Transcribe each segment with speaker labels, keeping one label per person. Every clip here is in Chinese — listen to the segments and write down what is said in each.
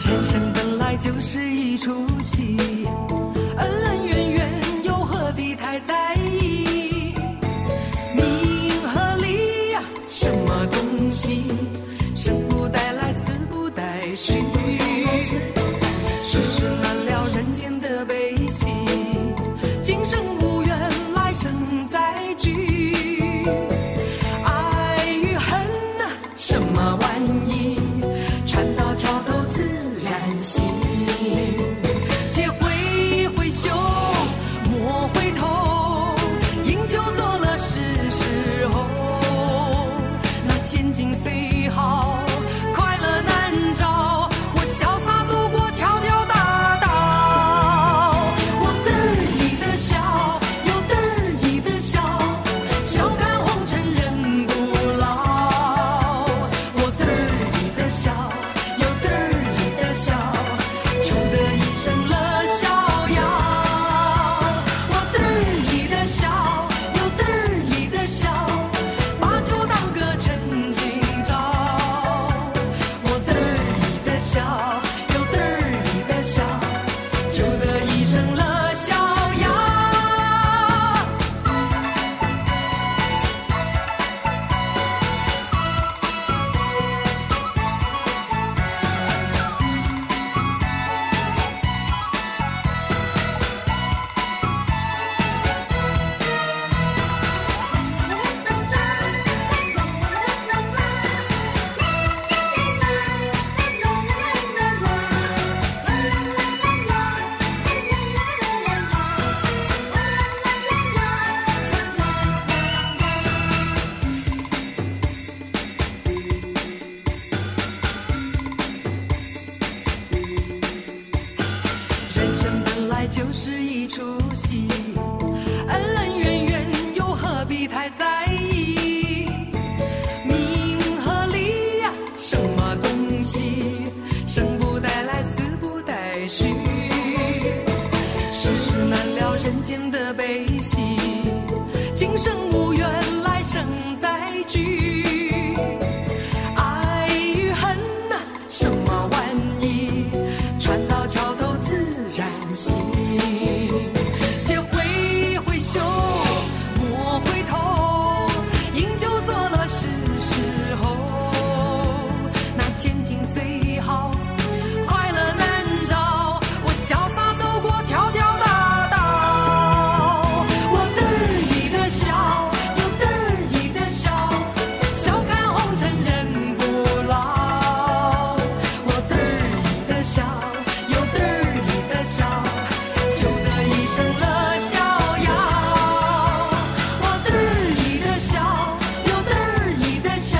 Speaker 1: 人生本来就是一出戏，恩恩怨怨又何必太在意？名和利呀，什么东西？生不带来，死不带去。世事难料，人间的悲喜，今生无缘，来生再聚。爱与恨呐、什么玩意？船到桥头自然醒。且挥挥袖，莫回头，应就做了是时候。那千金虽好，快乐难找。我潇洒走过条条大道，我得意的笑，又得意的笑，笑看红尘人不老。我得意的笑，又得意的笑，求得一生乐逍遥。我得意的笑，又得意的笑，把酒当歌趁今朝。我得意的笑，又得意的笑，求得一生乐逍遥。人生本来就是一出戏，恩恩怨怨又何必太在意？名和利呀，什么东西？生不带来，死不带去。世事难料，人间的悲喜，今生无缘，来生再聚。爱与恨呐、什么玩意？船到桥头自然醒。且挥挥袖，莫回头，饮酒作乐是时候。那千金虽好，快乐难找。我潇洒走过条条大道，我得意的笑，又得意的笑，笑看红尘人不老。我得意的笑，又得意的笑，求得一生乐逍遥。我得意的笑，又得意的笑，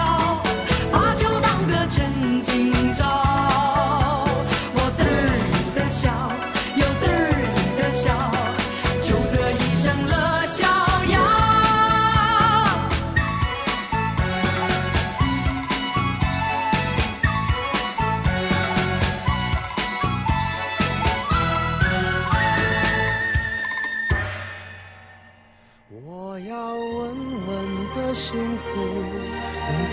Speaker 1: 把酒当歌趁今朝。我得意的笑，又得意的笑，求得一生乐逍遥。
Speaker 2: 我要稳稳的幸福，能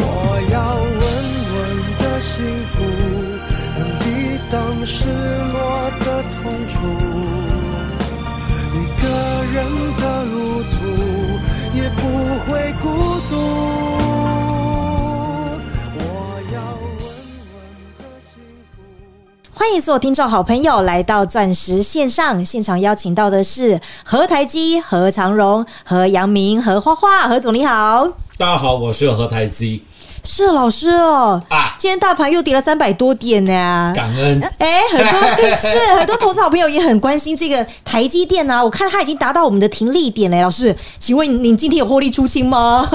Speaker 2: 我要稳失落的痛楚。一个人的路途也不会孤独。我要稳稳的幸福。
Speaker 3: 欢迎所有听众好朋友来到钻石线上现场，邀请到的是何台基、何长荣、何阳明、何花花。何总你好，
Speaker 4: 大家好，我是何台基
Speaker 3: 是老师哦。
Speaker 4: 啊，
Speaker 3: 今天大盘又跌了三百多点呢、
Speaker 4: 感恩
Speaker 3: 哎，很多是很多投资好朋友也很关心这个台积电呐、啊，我看它已经达到我们的停利点嘞。老师，请问您今天有获利出清 吗？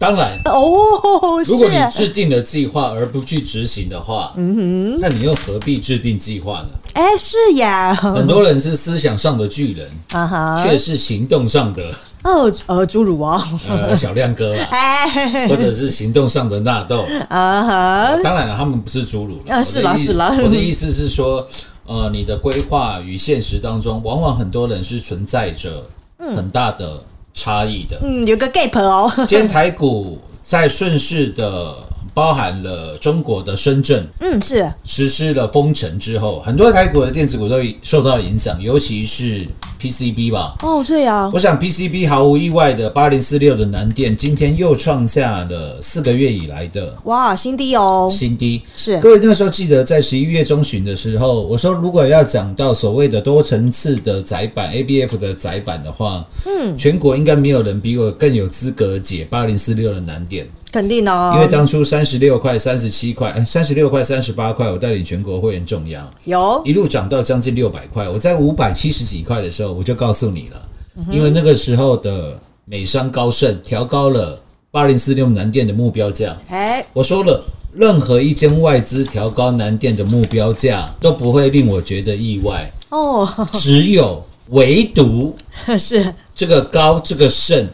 Speaker 4: 当
Speaker 3: 啊
Speaker 4: 然，
Speaker 3: 哦，是
Speaker 4: 如果你制定了计划而不去执行的话，
Speaker 3: 嗯
Speaker 4: 那你又何必制定计划呢？
Speaker 3: 哎，是呀，
Speaker 4: 很多人是思想上的巨人，
Speaker 3: 啊哈，
Speaker 4: 却是行动 上的
Speaker 3: 哦呃，侏儒哦，
Speaker 4: 呃小亮哥啦，
Speaker 3: 哎
Speaker 4: 或者是行动上的纳豆。
Speaker 3: 啊哈，
Speaker 4: 当然了，他们不是侏儒
Speaker 3: 啊是啦
Speaker 4: 我的意
Speaker 3: 是啦
Speaker 4: 我的意思是说，呃，你的规划与现实当中，往往很多人是存在着很大的差异的。
Speaker 3: 嗯，有个 gap 哦，
Speaker 4: 今天台股在顺势的包含了中国的深圳
Speaker 3: 嗯是，
Speaker 4: 实施了封城之后，很多台股的电子股都受到影响，尤其是 PCB 吧。
Speaker 3: 哦对啊，
Speaker 4: 我想 PCB 毫无意外的，八零四六的南电今天又创下了四个月以来的
Speaker 3: 哇，新低哦，
Speaker 4: 新低。
Speaker 3: 是
Speaker 4: 各位那个时候记得，在十一月中旬的时候，我说如果要讲到所谓的多层次的窄板 ABF 的窄板的话，嗯，全国应该没有人比我更有资格解八零四六的难点，
Speaker 3: 肯定哦，
Speaker 4: 因为当初三十六块、三十七块、呃三十六块、三十八块，我带领全国会员重压，
Speaker 3: 有
Speaker 4: 一路涨到将近六百块。我在五百七十几块的时候，我就告诉你了，
Speaker 3: 嗯
Speaker 4: 因为那个时候的美商高盛调高了八零四六南电的目标价。
Speaker 3: 哎
Speaker 4: 我说了，任何一间外资调高南电的目标价都不会令我觉得意外，
Speaker 3: 哦
Speaker 4: 只有唯独
Speaker 3: 是
Speaker 4: 这个高这个盛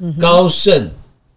Speaker 3: 嗯
Speaker 4: 高盛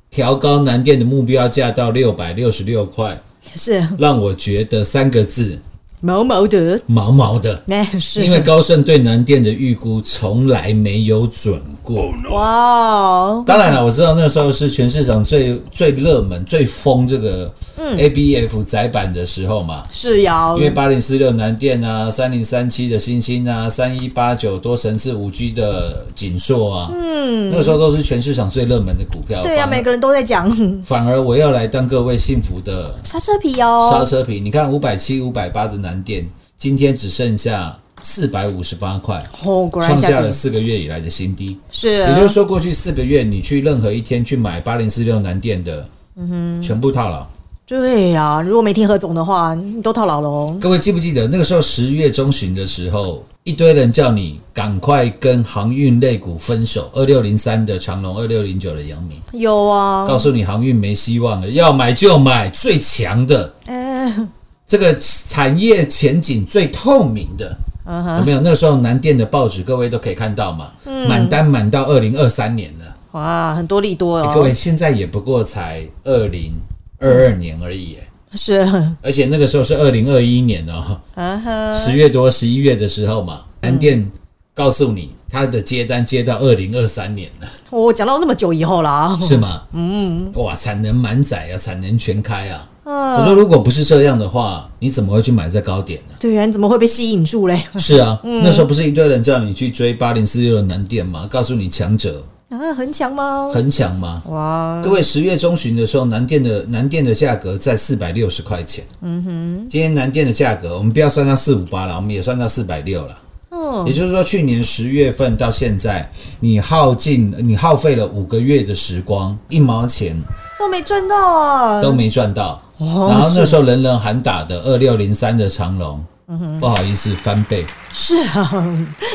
Speaker 4: 调高南电的目标价到六百六十六块，
Speaker 3: 是
Speaker 4: 让我觉得三个字
Speaker 3: 某某的，
Speaker 4: 毛毛的。
Speaker 3: 哎是，
Speaker 4: 因为高盛对南电的预估从来没有准过。
Speaker 3: 哇哦，
Speaker 4: 当然了，我知道那时候是全市场最最热门、最疯这个
Speaker 3: 嗯
Speaker 4: ABF 窄板的时候嘛。
Speaker 3: 是有，
Speaker 4: 因为八零四六南电啊，三零三七的星星啊，三一八九多层次五 G 的锦硕啊，嗯，那个时候都是全市场最热门的股票。
Speaker 3: 对啊，
Speaker 4: 反而
Speaker 3: 每个人都在讲
Speaker 4: 反而我要来当各位幸福的
Speaker 3: 刹车皮
Speaker 4: 刹
Speaker 3: 哦，
Speaker 4: 车皮。你看五百七、五百八的南电，今天只剩下四百五十八块，
Speaker 3: 哦果然
Speaker 4: 创
Speaker 3: 下
Speaker 4: 下
Speaker 3: 跌
Speaker 4: 了四个月以来的新低。
Speaker 3: 是，啊
Speaker 4: 也就是说，过去四个月你去任何一天去买八零四六南电的，嗯全部套牢。
Speaker 3: 对呀、如果没听何总的话，你都套牢了哦。
Speaker 4: 各位记不记得那个时候十月中旬的时候，一堆人叫你赶快跟航运类股分手，二六零三的长隆，二六零九的阳明，
Speaker 3: 有啊，
Speaker 4: 告诉你航运没希望了，要买就买最强的，
Speaker 3: 哎，
Speaker 4: 这个产业前景最透明的。
Speaker 3: 嗯
Speaker 4: 有
Speaker 3: 哼，嗯
Speaker 4: 没有？那时候南电的报纸，各位都可以看到嘛，满单满到二零二三年了。
Speaker 3: 哇，很多利多
Speaker 4: 欸各位
Speaker 3: 哦，
Speaker 4: 现在也不过才二零二二年而已耶，
Speaker 3: 是，
Speaker 4: 而且那个时候是二零二一年哦，
Speaker 3: 嗯哼，
Speaker 4: 十月多、十一月的时候嘛，南电告诉你他的接单接到二零二三年了，
Speaker 3: 我哦讲到那么久以后了啊，
Speaker 4: 是吗？嗯，哇，产能满载啊，产能全开啊。我
Speaker 3: 嗯，
Speaker 4: 说，如果不是这样的话，你怎么会去买在高点呢？
Speaker 3: 对啊呀、你怎么会被吸引住嘞？
Speaker 4: 是啊，那时候不是一堆人叫你去追八零四六的南电吗？告诉你强者
Speaker 3: 啊，很强吗？
Speaker 4: 很强吗？
Speaker 3: 哇，
Speaker 4: 各位，十月中旬的时候，南电的南电的价格在四百六十块钱。嗯哼，今天南电的价格，我们不要算到四五八了，我们也算到四百六了。
Speaker 3: 嗯，
Speaker 4: 也就是说，去年十月份到现在，你耗尽你耗费了五个月的时光，一毛钱
Speaker 3: 都没赚到啊，
Speaker 4: 都没赚到。
Speaker 3: 哦
Speaker 4: 然后那时候人人喊打的二六零三的长龙，不好意思，翻倍，
Speaker 3: 是啊，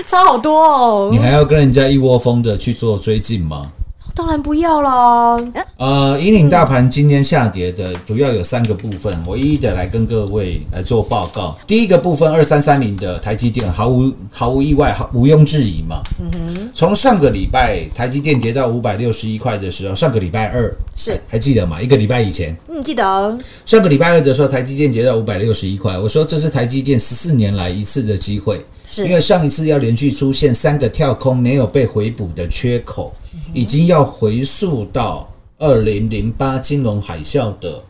Speaker 3: 差好多哦
Speaker 4: 你，还要跟人家一窝蜂的去做追进吗？
Speaker 3: 当然不要啦，
Speaker 4: 呃，引领大盘今天下跌的主要有三个部分，我一一的来跟各位来做报告。第一个部分，二三三零的台积电，毫无毫无意外，毫毋庸置疑嘛。从上个礼拜台积电跌到五百六十一块的时候，上个礼拜二
Speaker 3: 是，
Speaker 4: 还记得吗？一个礼拜以前，
Speaker 3: 嗯，记得
Speaker 4: 上个礼拜二的时候，台积电跌到五百六十一块，我说这是台积电十四年来一次的机会，
Speaker 3: 是
Speaker 4: 因为上一次要连续出现三个跳空没有被回补的缺口，已经要回溯到二零零八金融海啸的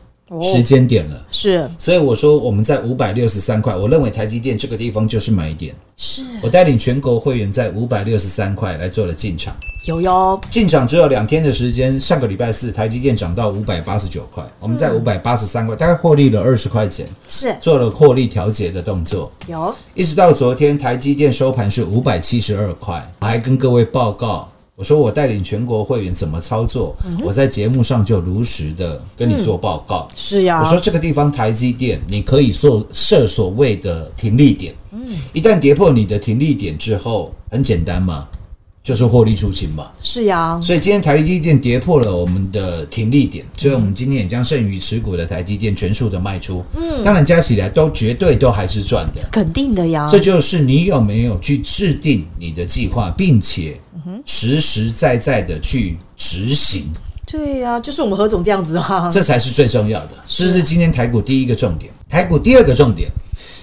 Speaker 4: 时间点了。
Speaker 3: 是
Speaker 4: 所以我说我们在五百六十三块，我认为台积电这个地方就是买点。
Speaker 3: 是
Speaker 4: 我带领全国会员在五百六十三块来做了进场，
Speaker 3: 有哟，
Speaker 4: 进场只有两天的时间，上个礼拜四台积电涨到五百八十九块，我们在五百八十三块，大概获利了二十块钱，
Speaker 3: 是
Speaker 4: 做了获利调节的动作。
Speaker 3: 有
Speaker 4: 一直到昨天，台积电收盘是五百七十二块，我还跟各位报告，我说我带领全国会员怎么操作，我在节目上就如实的跟你做报告。
Speaker 3: 是呀
Speaker 4: 我，说这个地方台积电，你可以做设所谓的停利点，一旦跌破你的停利点之后，很简单嘛，就是获利出清嘛。
Speaker 3: 是呀，
Speaker 4: 所以今天台积电跌破了我们的停利点，所以我们今天也将剩余持股的台积电全数的卖出。嗯，当嗯然加起来都绝对都还是赚的。
Speaker 3: 肯定的呀，
Speaker 4: 这就是你有没有去制定你的计划，并且实实在在的去执行，
Speaker 3: 对呀，就是我们何总这样子啊，
Speaker 4: 这才是最重要的。这嗯是今天台股第一个重点，台股第二个重点。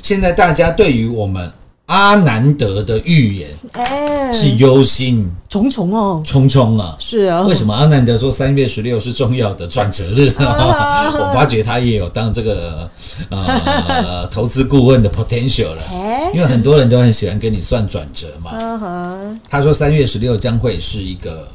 Speaker 4: 现在大家对于我们阿南德的预言
Speaker 3: 哎，
Speaker 4: 是忧心
Speaker 3: 重重哦，
Speaker 4: 忡忡啊。
Speaker 3: 是啊，
Speaker 4: 为什么阿南德说三月十六是重要的转折日？
Speaker 3: 啊
Speaker 4: 我发觉他也有当这个 呃投资顾问的 potential 了，
Speaker 3: 哎
Speaker 4: 因为很多人都很喜欢跟你算转折嘛。
Speaker 3: 嗯哼，
Speaker 4: 他说三月十六将会是一个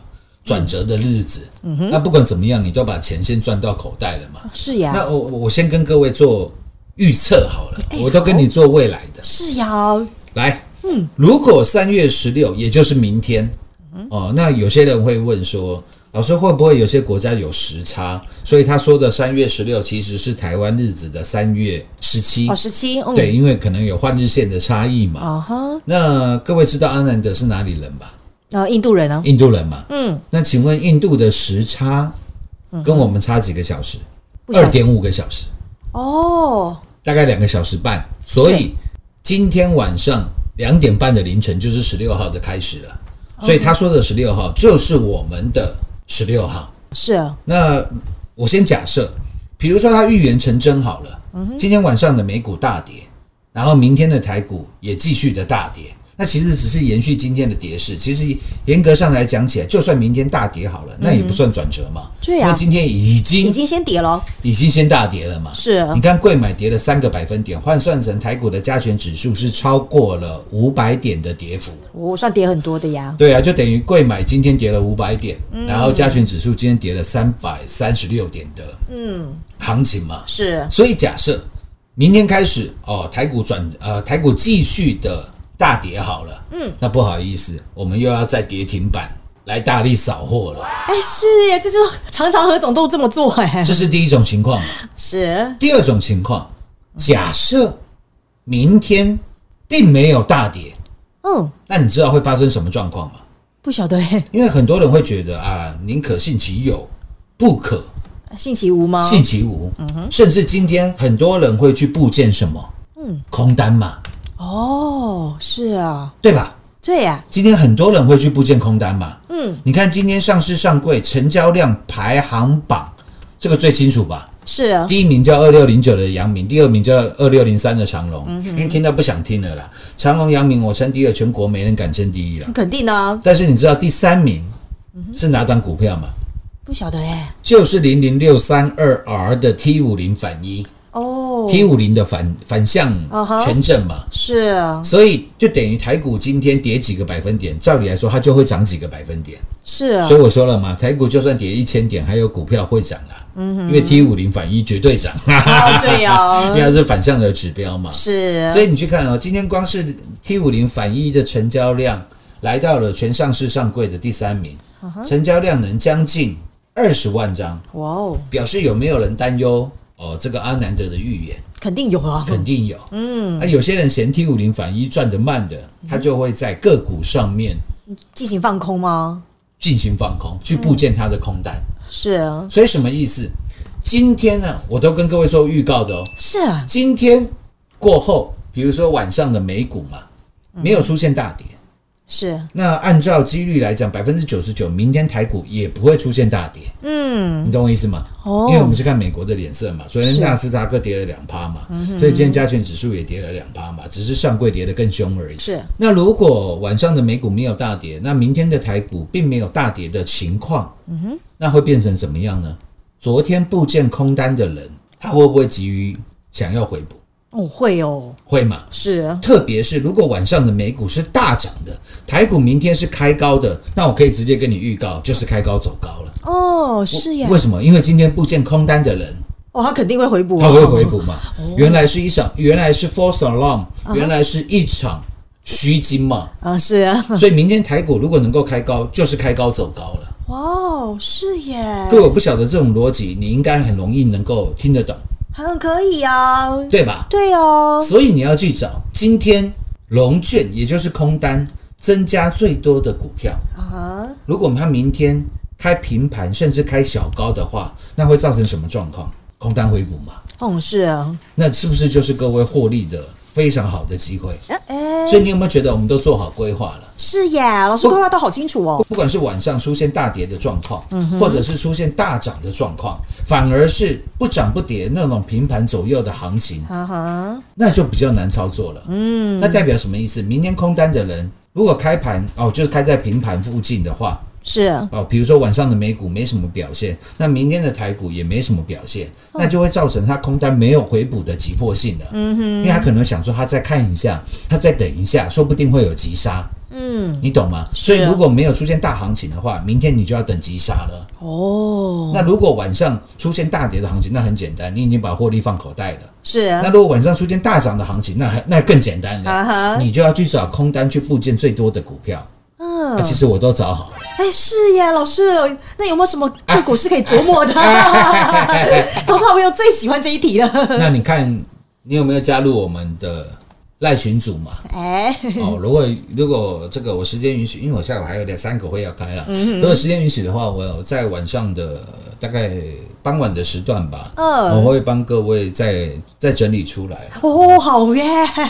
Speaker 4: 转折的日子。
Speaker 3: 嗯
Speaker 4: 那不管怎么样，你都把钱先赚到口袋了嘛。
Speaker 3: 是呀，
Speaker 4: 那我我先跟各位做预测好了，我都跟你做未来的。
Speaker 3: 是呀，
Speaker 4: 来，嗯，如果三月十六，也就是明天，
Speaker 3: 嗯
Speaker 4: 哦，那有些人会问说，老师会不会有些国家有时差？所以他说的三月十六其实是台湾日子的三月十七、
Speaker 3: 哦，十七，嗯
Speaker 4: 对，，因为可能有换日线的差异嘛。
Speaker 3: 啊哈，
Speaker 4: 那各位知道阿南德是哪里人吧？
Speaker 3: 呃，印度人啊，
Speaker 4: 印度人嘛。
Speaker 3: 嗯，
Speaker 4: 那请问印度的时差跟我们差几个小时？
Speaker 3: 不晓
Speaker 4: 二
Speaker 3: 得
Speaker 4: 点五个小时，
Speaker 3: 哦，
Speaker 4: 大概两个小时半。所以今天晚上两点半的凌晨就是十六号的开始了。
Speaker 3: 哦
Speaker 4: 所以他说的十六号就是我们的十六号。
Speaker 3: 是啊，
Speaker 4: 那我先假设，比如说他预言成真好了，
Speaker 3: 嗯
Speaker 4: 今天晚上的美股大跌，然后明天的台股也继续的大跌。那其实只是延续今天的跌势，其实严格上来讲起来，就算明天大跌好了，那也不算转折嘛。
Speaker 3: 嗯对啊
Speaker 4: 因为今天已经
Speaker 3: 已经先跌了，
Speaker 4: 已经先大跌了嘛。
Speaker 3: 是
Speaker 4: 你看贵买跌了三个百分点，换算成台股的加权指数是超过了五百点的跌幅。
Speaker 3: 我哦算跌很多的呀，
Speaker 4: 对啊，就等于贵买今天跌了五百点，然后加权指数今天跌了三百三十六点的嗯行情嘛。
Speaker 3: 是
Speaker 4: 所以假设明天开始哦，台股转呃台股继续的大跌好了，嗯，那不好意思，我们又要再跌停板来大力扫货了，
Speaker 3: 哎，是耶，这就常常何总都这么做哎
Speaker 4: 这，是第一种情况嘛。
Speaker 3: 是
Speaker 4: 第二种情况，假设明天并没有大跌，
Speaker 3: 嗯，
Speaker 4: 那你知道会发生什么状况吗？
Speaker 3: 不晓得哎，
Speaker 4: 因为很多人会觉得啊，宁可信其有，不可
Speaker 3: 信其无吗？
Speaker 4: 信其无。甚至今天很多人会去布建什么？空单嘛，
Speaker 3: 哦，是啊，
Speaker 4: 对吧？
Speaker 3: 对啊呀，
Speaker 4: 今天很多人会去布建空单嘛。
Speaker 3: 嗯，
Speaker 4: 你看今天上市上柜成交量排行榜，这个最清楚吧？
Speaker 3: 是啊，
Speaker 4: 第一名叫二六零九的阳明，第二名叫二六零三的长隆，因为听到不想听了啦。长隆、阳明我称第二，全国没人敢称第一了。
Speaker 3: 肯定的啊，
Speaker 4: 但是你知道第三名是哪档股票吗？
Speaker 3: 不晓得哎，
Speaker 4: 就是零零六三二 R 的 T 五零反一
Speaker 3: 哦，
Speaker 4: ，T 五零的反反向
Speaker 3: 嗯哼
Speaker 4: 权证嘛。
Speaker 3: 是啊，
Speaker 4: 所以就等于台股今天跌几个百分点，照理来说它就会涨几个百分点。
Speaker 3: 是啊
Speaker 4: 所，以我说了嘛，台股就算跌一千点，还有股票会涨啊，因为 T 五零反一绝对涨，
Speaker 3: 嗯哦对啊
Speaker 4: 因为它是反向的指标嘛。
Speaker 3: 是，啊
Speaker 4: 所以你去看哦，今天光是 T 五零反一的成交量来到了全上市上柜的第三名，成交量能将近二十万张，
Speaker 3: 哇哦，
Speaker 4: 表示有没有人担忧？哦，这个阿南德的预言
Speaker 3: 肯定有啊，
Speaker 4: 肯定有。嗯，那、有些人嫌 T 五零反一赚得慢的，他就会在个股上面
Speaker 3: 进行放空吗？
Speaker 4: 进行放空，去布建他的空单。
Speaker 3: 是啊，
Speaker 4: 所以什么意思？今天呢、我都跟各位做预告的哦。
Speaker 3: 是啊，
Speaker 4: 今天过后，比如说晚上的美股嘛，没有出现大跌。
Speaker 3: 是，
Speaker 4: 那按照几率来讲，百分之九十九，明天台股也不会出现大跌，
Speaker 3: 嗯，
Speaker 4: 你懂我意思吗？
Speaker 3: 哦
Speaker 4: 因为我们是看美国的脸色嘛，昨天纳斯达克跌了两趴嘛，
Speaker 3: 嗯
Speaker 4: 所以今天加权指数也跌了两趴嘛，只是上柜跌得更凶而已。
Speaker 3: 是，
Speaker 4: 那如果晚上的美股没有大跌，那明天的台股并没有大跌的情况，嗯哼，那会变成怎么样呢？昨天布建空单的人，它会不会急于想要回补？
Speaker 3: 哦，会哦，
Speaker 4: 会嘛？
Speaker 3: 是啊
Speaker 4: 特别是如果晚上的美股是大涨的，台股明天是开高的，那我可以直接跟你预告，就是开高走高了。
Speaker 3: 哦，是呀
Speaker 4: 为，什么？因为今天布建空单的人，
Speaker 3: 哦，他肯定会回补，
Speaker 4: 他会回补，嘛？原来是一场，原来是 false alarm，原来是一场虚惊嘛。
Speaker 3: 啊，是啊，
Speaker 4: 所以明天台股如果能够开高，就是开高走高了。
Speaker 3: 哇哦，是耶，
Speaker 4: 各位，我不晓得这种逻辑，你应该很容易能够听得懂，
Speaker 3: 很可以啊，
Speaker 4: 对吧？
Speaker 3: 对哦，
Speaker 4: 所以你要去找今天龙券，也就是空单增加最多的股票。
Speaker 3: 啊哈，
Speaker 4: 如果它明天开平盘，甚至开小高的话，那会造成什么状况？空单回补嘛，
Speaker 3: 哦，是啊，
Speaker 4: 那是不是就是各位获利的非常好的机会？
Speaker 3: 哎，
Speaker 4: 所以你有没有觉得我们都做好规划了？
Speaker 3: 是耶，老师规划都好清楚哦，
Speaker 4: 不管是晚上出现大跌的状况，
Speaker 3: 嗯
Speaker 4: 或者是出现大涨的状况，反而是不涨不跌那种平盘左右的行情，
Speaker 3: 啊哈，
Speaker 4: 那就比较难操作了。嗯，那代表什么意思？明天空单的人如果开盘哦，就是开在平盘附近的话，
Speaker 3: 是
Speaker 4: 哦，比如说晚上的美股没什么表现，那明天的台股也没什么表现，
Speaker 3: 哦
Speaker 4: 那就会造成它空单没有回补的急迫性了。嗯哼，因为他可能想说他再看一下，他再等一下，说不定会有急杀，
Speaker 3: 嗯，
Speaker 4: 你懂吗？所以如果没有出现大行情的话，明天你就要等急杀了。
Speaker 3: 哦，
Speaker 4: 那如果晚上出现大跌的行情，那很简单，你已经把获利放口袋了。
Speaker 3: 是
Speaker 4: 那如果晚上出现大涨的行情，那还那更简单
Speaker 3: 啊
Speaker 4: 了，
Speaker 3: 哈
Speaker 4: 你就要去找空单去部件最多的股票。
Speaker 3: 嗯
Speaker 4: 那，其实我都找好了。
Speaker 3: 哎，是耶，老师，那有没有什么个股是可以琢磨 的？投资好朋友最喜欢这一题了。
Speaker 4: 那你看，你有没有加入我们的赖群组 嘛？
Speaker 3: 哎，
Speaker 4: 哦，如果如果这个我时间允许，因为我下午还有两三个会要开了，
Speaker 3: 嗯
Speaker 4: 如果时间允许的话，我有在晚上的大概傍晚的时段吧，
Speaker 3: 嗯
Speaker 4: 我会帮各位再再整理出来。
Speaker 3: 哦，好耶，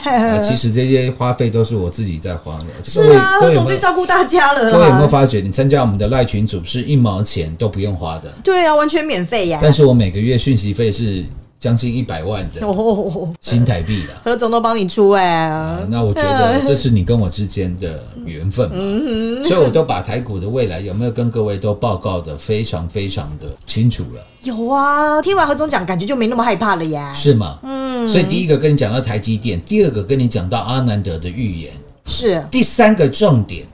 Speaker 4: 呃其实这些花费都是我自己在花的。
Speaker 3: 嗯是啊，
Speaker 4: 各
Speaker 3: 何总
Speaker 4: 位各位有没
Speaker 3: 最
Speaker 4: 有
Speaker 3: 照顾大家了
Speaker 4: 各位有没有
Speaker 3: 啦。
Speaker 4: 发觉，你参加我们的赖群组是一毛钱都不 用花的，
Speaker 3: 对啊，完全免费呀。
Speaker 4: 但是我每个月讯息费是将近一百万的
Speaker 3: 哦，
Speaker 4: 新台币的。
Speaker 3: 何总都帮你出哎。
Speaker 4: 啊，那我觉得这是你跟我之间的缘分嘛，所以我都把台股的未来有没有跟各位都报告的非常非常的清楚了，
Speaker 3: 有啊，听完何总讲，感觉就没那么害怕了呀。
Speaker 4: 是吗？嗯，所以第一个跟你讲到台积电，第二个跟你讲到阿南德的预言，
Speaker 3: 是，
Speaker 4: 第三个重点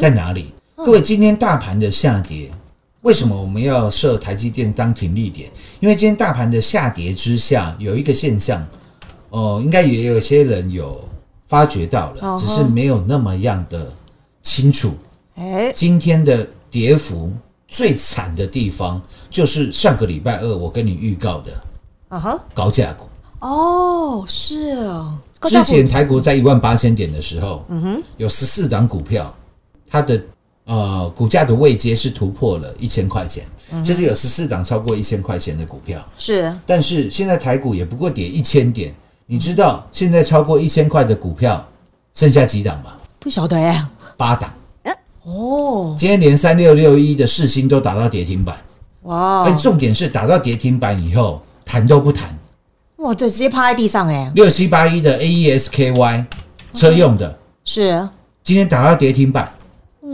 Speaker 4: 在哪里？各位，今天大盘的下跌，为什么我们要设台积电当停利点？因为今天大盘的下跌之下，有一个现象，哦、应该也有些人有发觉到了，
Speaker 3: 哦
Speaker 4: 只是没有那么样的清楚。
Speaker 3: 哎，
Speaker 4: 今天的跌幅最惨的地方，就是上个礼拜二我跟你预告的
Speaker 3: 啊哈，
Speaker 4: 高价股。
Speaker 3: 哦，是啊，高价
Speaker 4: 之
Speaker 3: 股
Speaker 4: 前台股在一万八千点的时候，嗯哼，有十四档股票，它的呃股价的位阶是突破了一千块钱，就是有十四档超过一千块钱的股票。
Speaker 3: 是
Speaker 4: 但是现在台股也不过跌一千点，你知道现在超过一千块的股票剩下几档吗？
Speaker 3: 不晓得哎。
Speaker 4: 八档。
Speaker 3: 哦，
Speaker 4: 今天连三六六一的世星都打到跌停板，
Speaker 3: 哇
Speaker 4: 而，重点是打到跌停板以后谈都不谈。
Speaker 3: 哇，对，直接趴在地上哎。
Speaker 4: 六七八一的 E AESKY 车用的，
Speaker 3: 是
Speaker 4: 今天打到跌停板，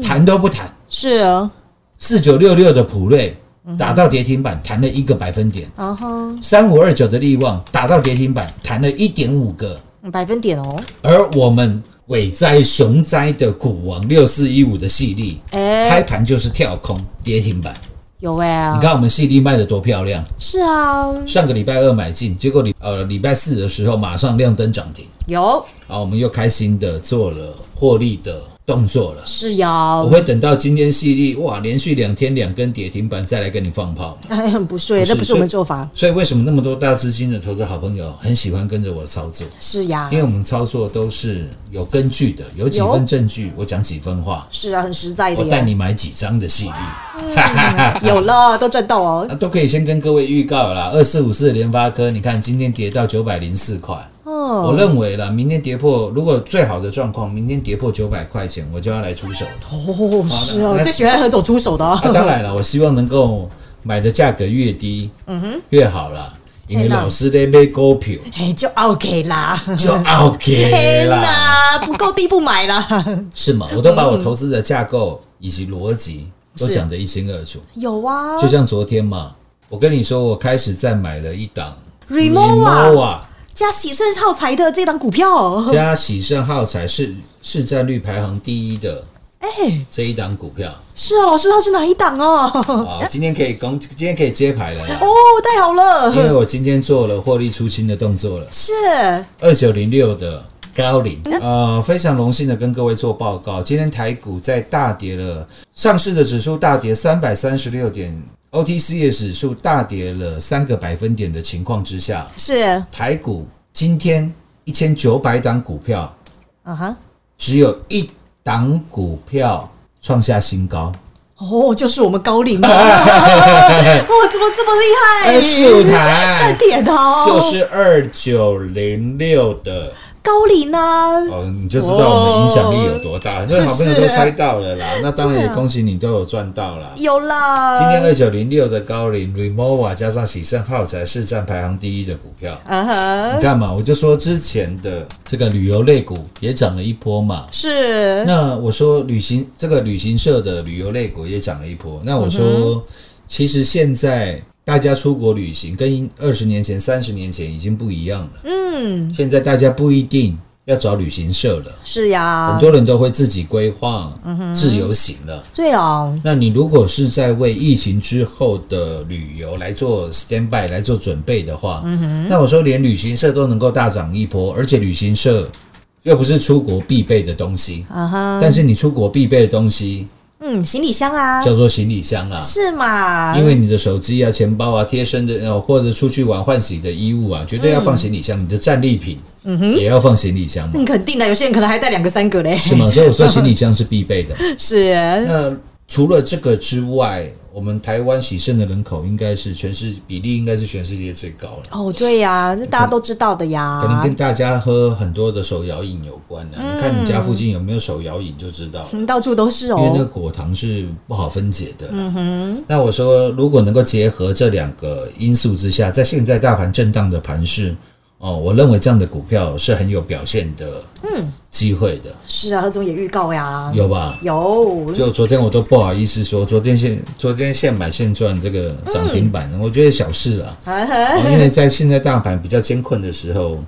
Speaker 4: 谈都不谈。
Speaker 3: 是啊，
Speaker 4: 四九六六的普瑞打到跌停板，弹了一个百分点；
Speaker 3: 啊哈，
Speaker 4: 三五二九的利旺打到跌停板，弹了一点五个。
Speaker 3: 百分点哦。
Speaker 4: 而我们伟哉雄哉的股王六四一五的系力，
Speaker 3: 哎
Speaker 4: 开盘就是跳空跌停板。
Speaker 3: 有哎、啊，
Speaker 4: 你看我们系力卖的多漂亮，
Speaker 3: 是啊，
Speaker 4: 上个礼拜二买进，结果礼呃礼拜四的时候马上亮灯涨停，
Speaker 3: 有
Speaker 4: 啊，我们又开心的做了获利的动作了。
Speaker 3: 是有
Speaker 4: 我，会等到今天系力哇连续两天两根跌停板再来跟你放炮。
Speaker 3: 哎，很 不睡，
Speaker 4: 不是
Speaker 3: 那不是我们做法，
Speaker 4: 所以为什么那么多大资金的投资好朋友很喜欢跟着我操作？
Speaker 3: 是呀
Speaker 4: 因，为我们操作都是有根据的，有几分证据，我讲几分话，
Speaker 3: 是啊，很实在的
Speaker 4: 我带
Speaker 3: 呀，
Speaker 4: 你买几张的系列，
Speaker 3: 有了都赚到哦，
Speaker 4: 啊，都可以先跟各位预告啦。二四五四联发科，你看今天跌到九百零四块，我
Speaker 3: 哦，
Speaker 4: 认为啦，明天跌破，如果最好的状况，明天跌破九百块钱，我就要来出手了。
Speaker 3: 哦是
Speaker 4: 好
Speaker 3: 哦，
Speaker 4: 那
Speaker 3: 最喜欢何总出手的、哦
Speaker 4: 啊，当然了，我希望能够买的价格越低，嗯哼，越好啦。因为老师在买股票。
Speaker 3: 哎，就 OK 啦，
Speaker 4: 就 OK
Speaker 3: 天
Speaker 4: 啦，
Speaker 3: 哪，不够地不买啦，
Speaker 4: 是吗？我都把我投资的架构以及逻辑
Speaker 3: 嗯
Speaker 4: 都讲得一清二楚。
Speaker 3: 有啊，
Speaker 4: 就像昨天嘛，我跟你说，我开始在买了一档
Speaker 3: Remova 加喜盛耗材的这档股票哦，
Speaker 4: 加喜盛耗材是市占率排行第一的
Speaker 3: 哎、
Speaker 4: 这一档股票
Speaker 3: 是啊，老师，它是哪一档 哦？
Speaker 4: 啊，今天可以公，今天可以揭牌了啦，
Speaker 3: 哦，太好了
Speaker 4: 因，为我今天做了获利出清的动作了。
Speaker 3: 是
Speaker 4: 二九零六的高瓴，呃，非常荣幸的跟各位做报告，今天台股在大跌了，上市的指数大跌三百三十六点，OTC 的指数大跌了三个百分点的情况之下，
Speaker 3: 是，
Speaker 4: 台股今天一千九百档股票，
Speaker 3: 啊哈，
Speaker 4: 只有一档股票创下新高，
Speaker 3: 哦，就是我们高 龄，哇，怎么这么厉害？
Speaker 4: 哎是舞台
Speaker 3: 算铁的哦，
Speaker 4: 就是二九零六的。
Speaker 3: 高龄啊，
Speaker 4: 哦，你就知道我们影响力有多大，那好朋友都猜到了啦。那当然也恭喜你都有赚到啦。
Speaker 3: 有啦，
Speaker 4: 今天二九零六的高瓴 Remova 加上喜盛耗材是占排行第一的股票。
Speaker 3: 啊哈
Speaker 4: 你，看嘛，我就说之前的这个旅游类股也涨了一波嘛。
Speaker 3: 是
Speaker 4: 那我说旅行这个旅行社的旅游类股也涨了一波。那我说，其实现在大家出国旅行跟二十年前、三十年前已经不一样了。
Speaker 3: 嗯，
Speaker 4: 现在大家不一定要找旅行社了。
Speaker 3: 是呀
Speaker 4: 很，多人都会自己规划自由行了。
Speaker 3: 对哦，
Speaker 4: 那你如果是在为疫情之后的旅游来做 stand by 来做准备的话，那我说连旅行社都能够大涨一波，而且旅行社又不是出国必备的东西，
Speaker 3: 啊哈，
Speaker 4: 但是你出国必备的东西
Speaker 3: 嗯，行李箱啊，
Speaker 4: 叫做行李箱啊。
Speaker 3: 是嘛？
Speaker 4: 因为你的手机啊、钱包啊、贴身的呃，或者出去玩换洗的衣物啊，绝对要放行李箱。你的战利品也要放行李箱嘛，
Speaker 3: 嗯，肯定的，有些人可能还带两个三个嘞，
Speaker 4: 是吗？所以我说行李箱是必备的。
Speaker 3: 是
Speaker 4: 那除了这个之外，我们台湾喜盛的人口应该是全世比例应该是全世界最高了。
Speaker 3: 哦，对呀，这大家都知道的呀，
Speaker 4: 可能跟大家喝很多的手摇饮有关啊。你看你家附近有没有手摇饮就知道了，
Speaker 3: 嗯到处都是
Speaker 4: 因为那个
Speaker 3: 哦，
Speaker 4: 果糖是不好分解的。嗯哼。那我说，如果能够结合这两个因素之下，在现在大盘震荡的盘势，哦，我认为这样的股票是很有表现的，嗯，机会的，
Speaker 3: 是啊，何总也预告呀，
Speaker 4: 有吧？
Speaker 3: 有
Speaker 4: 就昨天我都不好意思说，昨天现昨天现买现赚这个涨停板，我觉得小事了、
Speaker 3: 啊哈，
Speaker 4: 因为在现在大盘比较艰困的时候，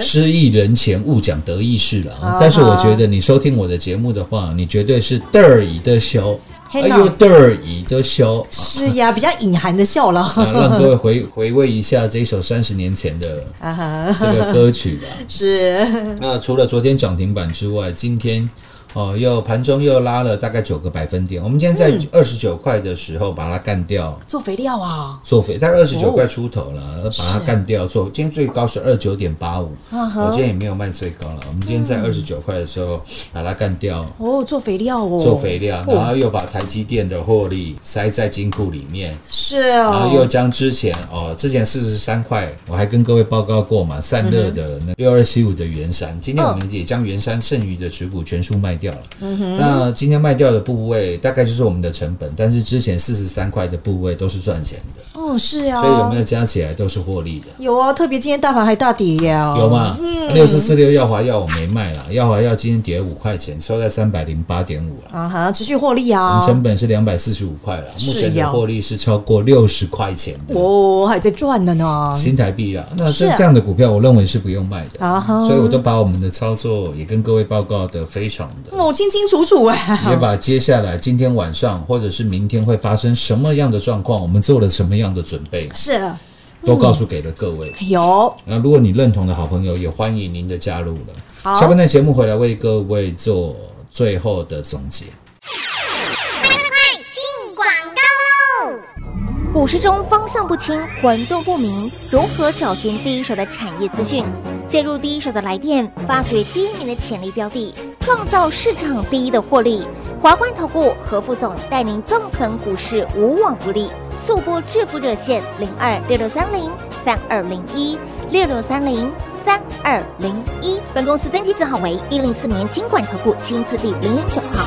Speaker 4: 失意人前勿讲得意事了、
Speaker 3: 嗯啊
Speaker 4: 但是我觉得你收听我的节目的话，你绝对是得儿以的修，
Speaker 3: 嘿
Speaker 4: 哎
Speaker 3: 呐
Speaker 4: 呦得儿以的修，
Speaker 3: 是呀，比较隐含的笑了，
Speaker 4: 啊，让各位回回味一下这一首三十年前的
Speaker 3: 啊哈，
Speaker 4: 这个歌曲吧。
Speaker 3: 是
Speaker 4: 那除了昨天涨停板之外，今天哦又盘中又拉了大概九个百分点。我们今天在
Speaker 3: 嗯
Speaker 4: 二十九块的时候把它干掉，
Speaker 3: 做肥料啊，
Speaker 4: 做肥大概二十九
Speaker 3: 哦
Speaker 4: 块出头了，把它干掉做。今天最高是二九点八五，
Speaker 3: 啊哈嗯
Speaker 4: 我今天也没有卖最高了。我们今天在二十九块的时候把它干掉。
Speaker 3: 哦，做肥料哦，
Speaker 4: 做肥料，
Speaker 3: 哦
Speaker 4: 然后又把台积电的获利塞在金库里面，
Speaker 3: 是
Speaker 4: 然后又
Speaker 3: 哦，
Speaker 4: 将之前哦，之前四十三块，我还跟各位报告过嘛，散热
Speaker 3: 嗯
Speaker 4: 的那六二七五的元山，今天我们也将元山剩余的持股全数卖掉了。
Speaker 3: 嗯
Speaker 4: 那今天卖掉的部位大概就是我们的成本，但是之前四十三块的部位都是赚钱的，
Speaker 3: 哦是啊，
Speaker 4: 所以有没有加起来都是获利的。
Speaker 3: 有啊，特别今天大盘还大跌呀，
Speaker 4: 有吗？
Speaker 3: 嗯
Speaker 4: 六四四六耀华药我没卖啦，耀华药今天跌五块钱，收在三百零八点五了。
Speaker 3: 啊哈，持续获利
Speaker 4: 我
Speaker 3: 啊
Speaker 4: 们，成本是两百四十五块了，目
Speaker 3: 是
Speaker 4: 前的
Speaker 3: 呀
Speaker 4: 获利是超过六十块钱的。
Speaker 3: 哦还在赚呢呢，
Speaker 4: 新台币啦，那这
Speaker 3: 是啊
Speaker 4: 这样的股票，我认为是不用卖的，
Speaker 3: 啊哈
Speaker 4: 所以我都把我们的操作也跟各位报告的非常的，
Speaker 3: 我哦清清楚楚哎，
Speaker 4: 也把接下来今天晚上或者是明天会发生什么样的状况，我们做了什么样的准备，
Speaker 3: 是
Speaker 4: 都告诉给了各位。
Speaker 3: 有
Speaker 4: 那如果你认同的好朋友，也欢迎您的加入了。
Speaker 3: 好
Speaker 4: 下半段节目回来为各位做最后的总结。
Speaker 5: 进广告喽！股市中方向不清、混沌不明，如何找寻第一手的产业资讯？介入第一手的来电，发掘第一名的潜力标的，创造市场第一的获利。华冠投顾何副总带领纵横股市，无往不利。速播致富热线零二六六三零三二零一六六三零三二零一。本公司登记字号为一零四年经管投顾新字第零零九号。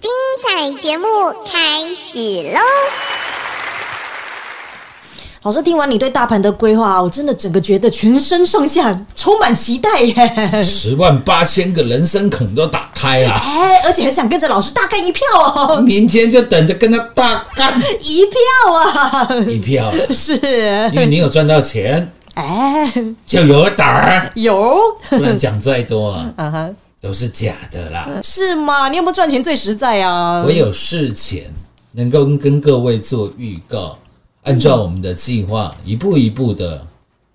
Speaker 5: 精彩节目开始喽！
Speaker 3: 老师听完你对大盘的规划，我真的整个觉得全身上下充满期待耶！
Speaker 4: 十万八千个人声孔都打开啊！
Speaker 3: 哎，而且很想跟着老师大干一票哦，
Speaker 4: 明天就等着跟他大干
Speaker 3: 一票啊！
Speaker 4: 一票，
Speaker 3: 是，
Speaker 4: 因为你有赚到钱，
Speaker 3: 哎，
Speaker 4: 就有胆 儿。
Speaker 3: 有，
Speaker 4: 不然讲再多啊，
Speaker 3: 啊哈，
Speaker 4: 都是假的啦。
Speaker 3: 是吗？你有没有赚钱最实在啊？
Speaker 4: 我有事前能够跟各位做预告，按照我们的计划一步一步的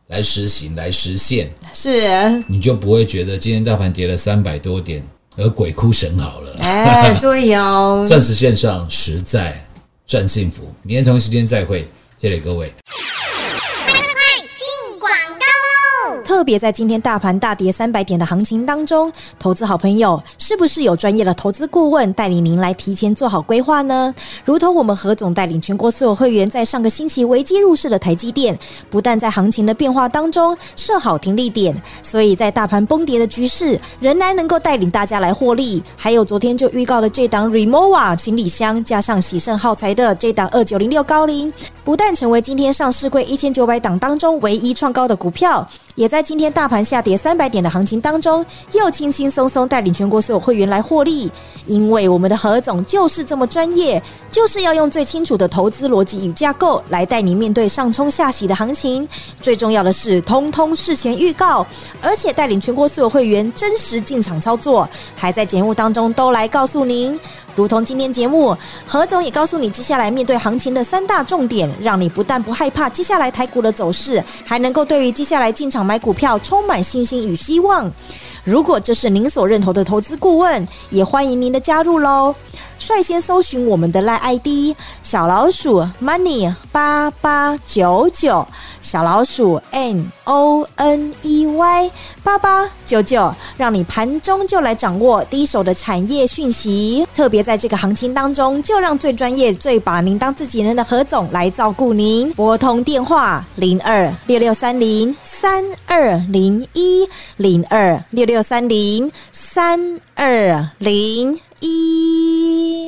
Speaker 4: 来实行、来实现，
Speaker 3: 是，
Speaker 4: 你就不会觉得今天大盘跌了三百多点而鬼哭神嚎了。
Speaker 3: 哎，对呀、
Speaker 4: 钻石线上实在赚幸福，明天同一时间再会，谢谢各位。
Speaker 5: 进广告喽！
Speaker 3: 特别在今天大盘大跌三百点的行情当中，投资好朋友是不是有专业的投资顾问带领您来提前做好规划呢？如同我们何总带领全国所有会员在上个星期危机入市的台积电，不但在行情的变化当中设好停利点，所以在大盘崩跌的局势，仍然能够带领大家来获利。还有昨天就预告的这档 Remova 行李箱，加上喜盛耗材的这档二九零六高龄，不但成为今天上市柜一千九百档当中唯一创高的股票，也在今天大盘下跌三百点的行情当中，又轻轻松松带领全国所有会员来获利。因为我们的何总就是这么专业，就是要用最清楚的投资逻辑与架构来带你面对上冲下洗的行情。最重要的是，通通事前预告，而且带领全国所有会员真实进场操作，还在节目当中都来告诉您。如同今天节目，何总也告诉你接下来面对行情的三大重点，让你不但不害怕接下来台股的走势，还能够对于接下来进场买股票充满信心与希望。如果这是您所认同的投资顾问，也欢迎您的加入喽。率先搜寻我们的赖 ID 小老鼠 money 八八九九，小老鼠 n o n e y 八八九九，让你盘中就来掌握第一手的产业讯息。特别在这个行情当中，就让最专业、最把您当自己人的何总来照顾您。拨通电话零二六六三零三二零一零二六六三零三二零一。